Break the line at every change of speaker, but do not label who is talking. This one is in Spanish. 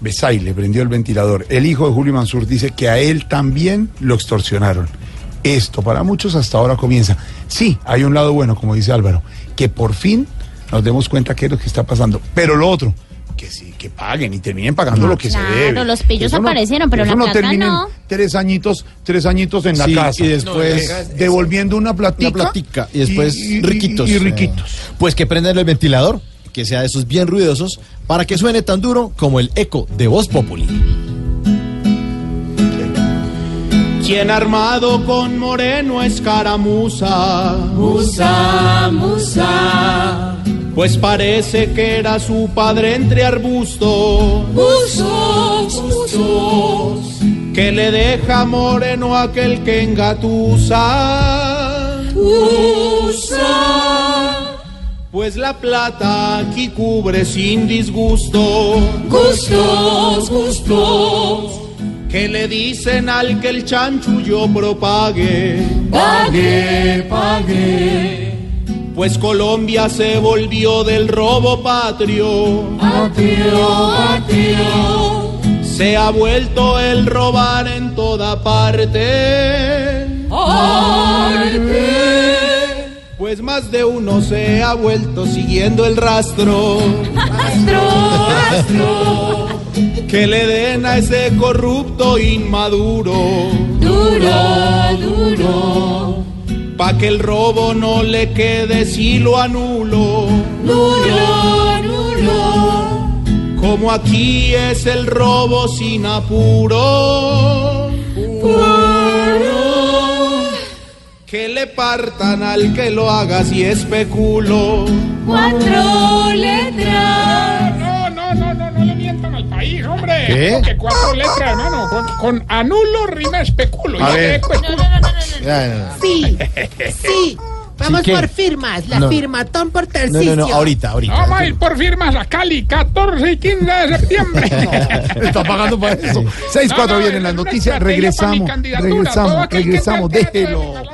Besay le prendió el ventilador. El hijo de Julio Mansur dice que a él también lo extorsionaron. Esto para muchos hasta ahora comienza. Sí, hay un lado bueno, como dice Álvaro, que por fin nos demos cuenta qué es lo que está pasando. Pero lo otro, que sí, que paguen y terminen pagando
No,
lo que se
claro,
debe.
los pillos
Eso no-
aparecieron, pero
eso
la
no
plata
terminen
no.
Tres añitos, tres añitos en la
Sí,
casa.
y después-
Eh, devolviendo una platica.
Una platica y después
y- y-
riquitos.
Y, riquitos.
Eh, Pues que prendan el ventilador, que sea de esos bien ruidosos, para que suene tan duro como el eco de Voz Populi.
Quien armado con moreno escaramuza. Musa, musa. Pues parece que era su padre entre arbustos. Musos, musos. Que le deja moreno aquel que engatusa. Usa. Pues la plata aquí cubre sin disgusto. Gustos, gustos que le dicen al que el chanchullo propague. Pague, pague. Pues Colombia se volvió del robo patrio. Patrio, patrio. Se ha vuelto el robar en toda parte. Pues más de uno se ha vuelto siguiendo el rastro. Que le den a ese corrupto inmaduro. Duro, duro. Pa' que el robo no le quede si lo anulo. Nulo, nulo. Como aquí es el robo sin apuro. Puro. Que le partan al que lo haga si especulo.
Cuatro letras.
No, no, no, no, no le mientan al país, hombre.
¿Qué?
Porque cuatro letras, hermano. Con, con anulo rima especulo.
A
Ya
ver.
que, pues,
No, no, no, no, no, no.
Ah,
Sí, sí. Vamos
¿qué?
por firmas. La
No.
firmatón por
No,
Tarcisio.
no, no, ahorita,
Ah,
ahorita.
vamos a ir por firmas a Cali, 14 y 15 de septiembre.
Está pagando para eso. 6-4
No, no,
vienen las
es una
noticias.
estrategia para mi
Regresamos,
candidatura. Todo
regresamos,
aquel que
regresamos.
trate de
Déjelo.
regalar